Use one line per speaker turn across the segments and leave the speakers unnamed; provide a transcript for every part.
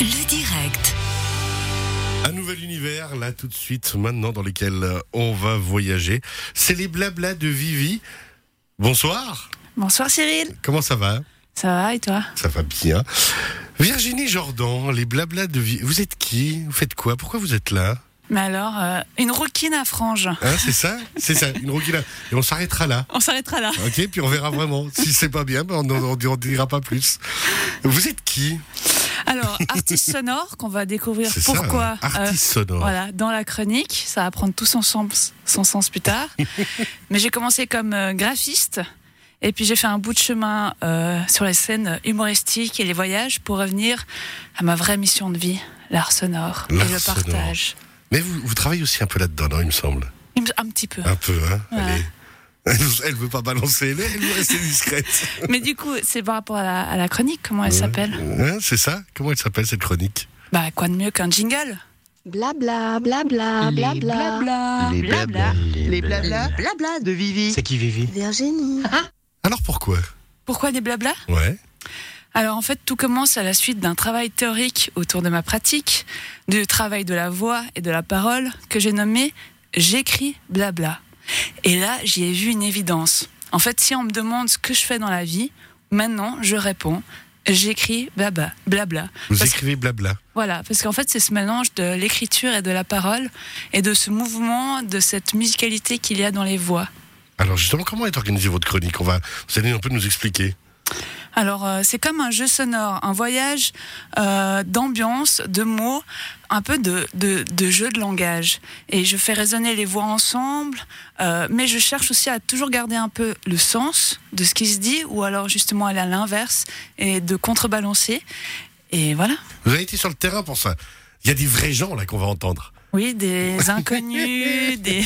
Le direct.
Un nouvel univers, là, tout de suite, maintenant, dans lequel euh, on va voyager. C'est les blablas de Vivi. Bonsoir.
Bonsoir Cyril.
Comment ça va
Ça va et toi
Ça va bien. Virginie Jordan, les blablas de Vivi. Vous êtes qui Vous faites quoi Pourquoi vous êtes là
Mais alors, euh, une rouquine à franges.
Hein, C'est ça C'est ça, une rouquina. Et on s'arrêtera là.
On s'arrêtera là.
Ok, puis on verra vraiment. Si c'est pas bien, ben, on ne dira pas plus. Vous êtes qui
Alors, artiste sonore qu'on va découvrir
C'est ça,
pourquoi.
un Artiste
euh,
sonore.
voilà, dans la chronique, ça va prendre tout son sens, son sens plus tard. Mais j'ai commencé comme euh, graphiste et puis j'ai fait un bout de chemin euh, sur les scènes humoristiques et les voyages pour revenir à ma vraie mission de vie, l'art sonore
L'art
et le
sonore.
partage.
Mais vous, vous travaillez aussi un peu là-dedans, non, il me semble.
Il me- Un petit peu.
Un peu, hein
Ouais.
Allez. Elle, elle veut pas balancer, elle, elle veut rester discrète.
Mais du coup, c'est par rapport à la, à la chronique, comment elle s'appelle
Hein, c'est ça Comment elle s'appelle cette chronique
Bah, quoi de mieux qu'un jingle
Blabla, blabla, blabla.
Les blabla.
Les blabla. Blabla de Vivi.
C'est qui Vivi
Virginie.
Alors pourquoi
Pourquoi des blablas
Ouais.
Alors en fait, tout commence à la suite d'un travail théorique autour de ma pratique, du travail de la voix et de la parole que j'ai nommé J'écris blabla. Et là, j'y ai vu une évidence. En fait, si on me demande ce que je fais dans la vie, maintenant, je réponds J'écris blabla. blabla.
Vous
Parce-
écrivez blabla.
Voilà, parce qu'en fait, c'est ce mélange de l'écriture et de la parole et de ce mouvement, de cette musicalité qu'il y a dans les voix.
Alors justement, comment est organisée votre chronique On va, Vous allez un peu nous expliquer.
Alors, euh, c'est comme un jeu sonore, un voyage euh, d'ambiance, de mots, un peu de, de, de jeu de langage. Et je fais résonner les voix ensemble, euh, mais je cherche aussi à toujours garder un peu le sens de ce qui se dit, ou alors justement aller à l'inverse et de contrebalancer. Et voilà.
Vous avez été sur le terrain pour ça. Il y a des vrais gens là qu'on va entendre.
Oui, des inconnus, des,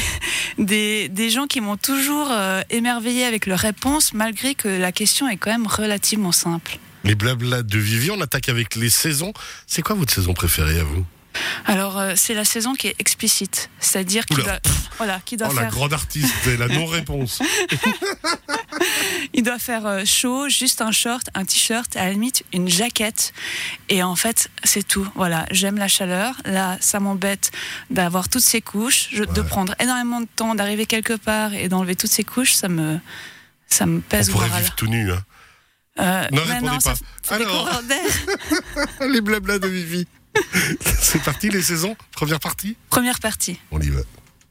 des, des gens qui m'ont toujours euh, émerveillé avec leurs réponses, malgré que la question est quand même relativement simple.
Les blabla de Vivi, on attaque avec les saisons. C'est quoi votre saison préférée à vous
Alors, euh, c'est la saison qui est explicite, c'est-à-dire qu'il
Oula.
doit, voilà, qu'il doit
Oh, la
faire,
grande artiste et la non-réponse.
il doit faire euh, chaud, juste un short, un t-shirt, à la limite une jaquette, et en fait, c'est tout. Voilà, j'aime la chaleur. Là, ça m'embête d'avoir toutes ces couches, je- de prendre énormément de temps, d'arriver quelque part et d'enlever toutes ces couches, ça me, ça me
on
pèse au
pourrait
moral.
vivre tout nu. Hein.
Euh,
Ne
ouais,
répondez
non, ça
pas.
fait- ça fait
Alors.
courant d'air.
Les blabla de Vivi. c'est parti les saisons Première partie
Première partie.
On y va.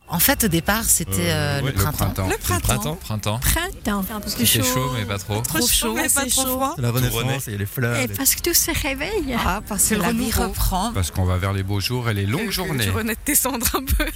En fait, au départ, c'était euh, le, printemps.
Le printemps.
Printemps.
Printemps.
Il fait chaud, mais pas trop.
Trop chaud, mais pas trop froid.
La Renaissance et les fleurs.
Et Eh, parce que tout se réveille.
Ah, parce que la vie reprend.
Parce qu'on va vers les beaux jours et les longues journées.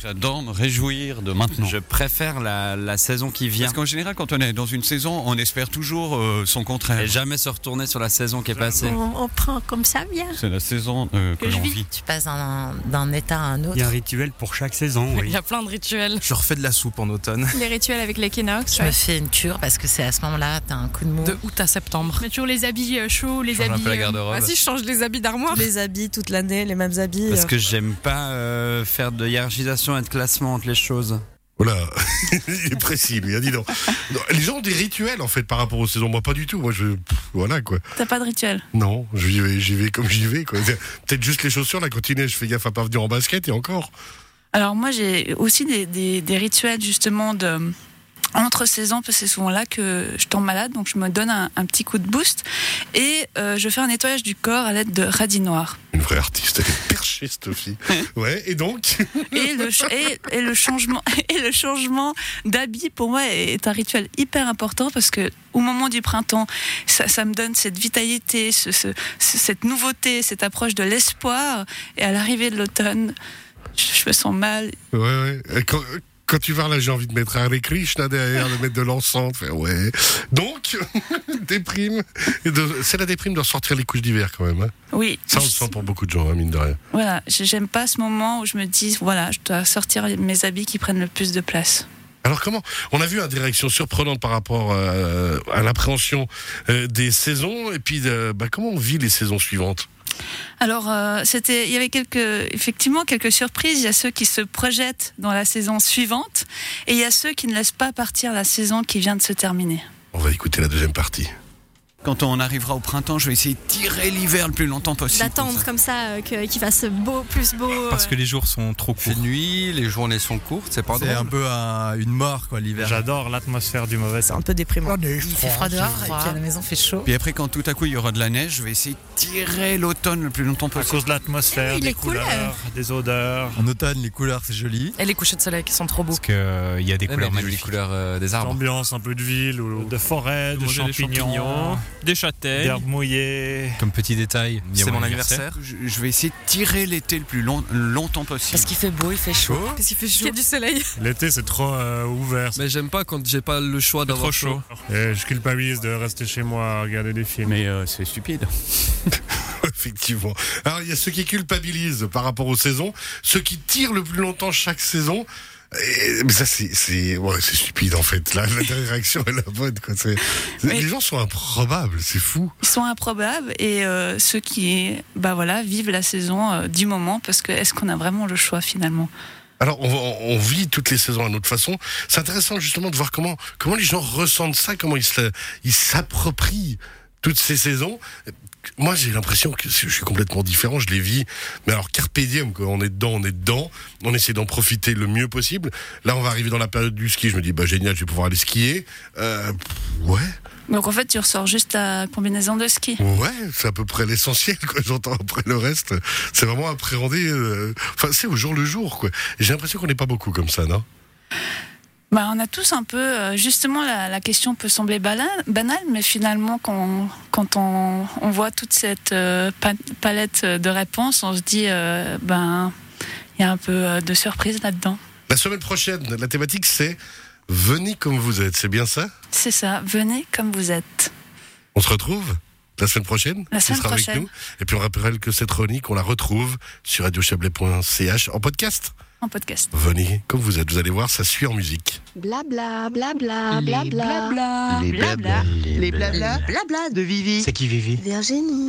J'adore me réjouir de maintenant.
Je préfère la, la saison qui vient.
Parce qu'en général, quand on est dans une saison, on espère toujours euh, son
Et
contraire.
jamais se retourner sur la saison qui est passée.
On, on prend comme ça bien.
C'est la saison euh, que,
je
l'on
vis.
vit.
Tu passes d'un d'un état à un autre.
rituel pour chaque saison.
Il y a plein de rituels.
Je refais de la soupe en automne.
Les rituels avec l'équinoxe.
Je me fais une cure parce que c'est à ce moment-là, t'as un coup de mou.
De août à septembre.
Mais toujours les habits
euh,
chauds, les
Change un peu
euh,
la garde-robe.
Vas-y, je change les habits d'armoire.
Les habits toute l'année, les mêmes habits.
Parce que j'aime pas euh, faire de hiérarchisation et de classement entre les choses.
Voilà, il est précis lui, hein, dis donc. Non, les gens ont des rituels en fait par rapport aux saisons, moi pas du tout, moi je... pff, voilà quoi.
T'as pas de rituel.
Non, j'y vais, j'y vais comme j'y vais quoi. C'est- Peut-être juste les chaussures, la continue, je fais gaffe à pas venir en basket et encore.
Alors moi j'ai aussi des, des- des rituels justement de entre saisons parce que c'est souvent là que je tombe malade donc je me donne un, un petit coup de boost et euh, je fais un nettoyage du corps à l'aide de radis noir
Une vraie artiste, elle est perchée cette fille. Ouais, et donc
et le ch- et, et le changement et le changement d'habit pour moi est un rituel hyper important parce que au moment du printemps ça, ça me donne cette vitalité ce- ce- ce- cette nouveauté cette approche de l'espoir et à l'arrivée de l'automne je, je me sens mal
Ouais, ouais. Et Quand, quand tu vas là, j'ai envie de mettre un Krishna derrière, de mettre de l'encens, de faire ouais. Donc, déprime. Et de- C'est la déprime de ressortir les couches d'hiver quand même. hein.
oui
Ça, on le sent pour beaucoup de gens, hein, mine de rien.
Voilà, je- j'aime pas ce moment où je me dis, voilà, je dois sortir mes habits qui prennent le plus de place.
Alors comment On a vu une direction surprenante par rapport euh, à l'appréhension euh, des saisons et puis euh, bah, comment on vit les saisons suivantes
Alors, euh, c'était, il y avait quelques, effectivement quelques surprises. Il y a ceux qui se projettent dans la saison suivante et il y a ceux qui ne laissent pas partir la saison qui vient de se terminer.
On va écouter la deuxième partie.
Quand on arrivera au printemps, je vais essayer de tirer l'hiver le plus longtemps possible.
D'attendre comme ça, euh, que- qu'il fasse beau, plus beau.
Parce que les jours sont trop
Il
courts.
fait nuit, les journées sont courtes, c'est pas
C'est
drôle.
un peu un- une mort, quoi, l'hiver.
J'adore l'atmosphère du mauvais.
C'est un peu déprimant. Oh, Il fait froid dehors et puis à la maison fait chaud.
Puis après, quand tout à coup il y aura de la neige, je vais essayer de tirer l'automne le plus longtemps possible.
À cause de l'atmosphère,
Oui,
des
les
couleurs,
couleurs.
des odeurs.
En automne, les couleurs, c'est joli.
Et les couchers de soleil qui sont trop beaux.
Parce qu'il y a des
Ouais, mais
couleurs
les jolies
magnifiques.
couleurs euh, des arbres.
L'ambiance un peu de ville ou de forêt, de
manger des
champignons,
champignons,
des châtaignes, d'herbes mouillées.
Comme petit détail, il y a
C'est mon anniversaire.
Je, je vais essayer de tirer l'été le plus long- longtemps possible.
Parce qu'il fait beau, il fait chaud.
Parce qu'il fait chaud. Il y a du soleil.
L'été c'est trop euh, ouvert.
Mais j'aime pas quand j'ai pas le choix d'avoir chaud.
Et je culpabilise de rester chez moi à regarder des films.
Mais euh, c'est stupide.
Effectivement. Alors, il y a ceux qui culpabilisent par rapport aux saisons, ceux qui tirent le plus longtemps chaque saison. Et- mais ça, c'est c'est- ouais, c'est stupide en fait. La, la dernière réaction est la bonne. Quoi. C'est- c'est-
Mais-
Les gens sont improbables, c'est fou.
Ils sont improbables et euh, ceux qui bah voilà, vivent la saison euh, du moment parce que est-ce qu'on a vraiment le choix finalement
Alors, on, on- on vit toutes les saisons à notre façon. C'est intéressant justement de voir comment, comment les gens ressentent ça, comment ils se- ils s'approprient toutes ces saisons. Moi, j'ai l'impression que je suis complètement différent, je les vis. Mais alors, carpe diem, quoi. on est dedans, on est dedans. On essaie d'en profiter le mieux possible. Là, on va arriver dans la période du ski. Je me dis, bah génial, je vais pouvoir aller skier. Euh, pff, ouais,
Donc en fait, tu ressors juste ta combinaison de ski.
ouais, c'est à peu près l'essentiel, quoi. J'entends après le reste. C'est vraiment appréhender. euh, Enfin, c'est au jour le jour, quoi. J'ai l'impression qu'on n'est pas beaucoup comme ça, non
Bah, on a tous un peu, euh, justement, la, la question peut sembler bala- banale, mais finalement, quand, quand on, on voit toute cette euh, pa- palette de réponses, on se dit, euh, ben, il y a un peu euh, de surprise là-dedans.
La semaine prochaine, la thématique c'est Venez comme vous êtes, c'est bien ça
C'est ça, venez comme vous êtes.
On se retrouve la semaine prochaine
La
tu
semaine
seras
prochaine.
avec nous. Et puis on rappelle que cette chronique, on la retrouve sur radiochablais.ch en podcast.
En podcast.
Venez comme vous êtes, vous allez voir, ça suit en musique.
Blabla, blabla, blabla.
blabla. Les blabla. Les blabla. Blabla de Vivi. C'est qui Vivi
Virginie.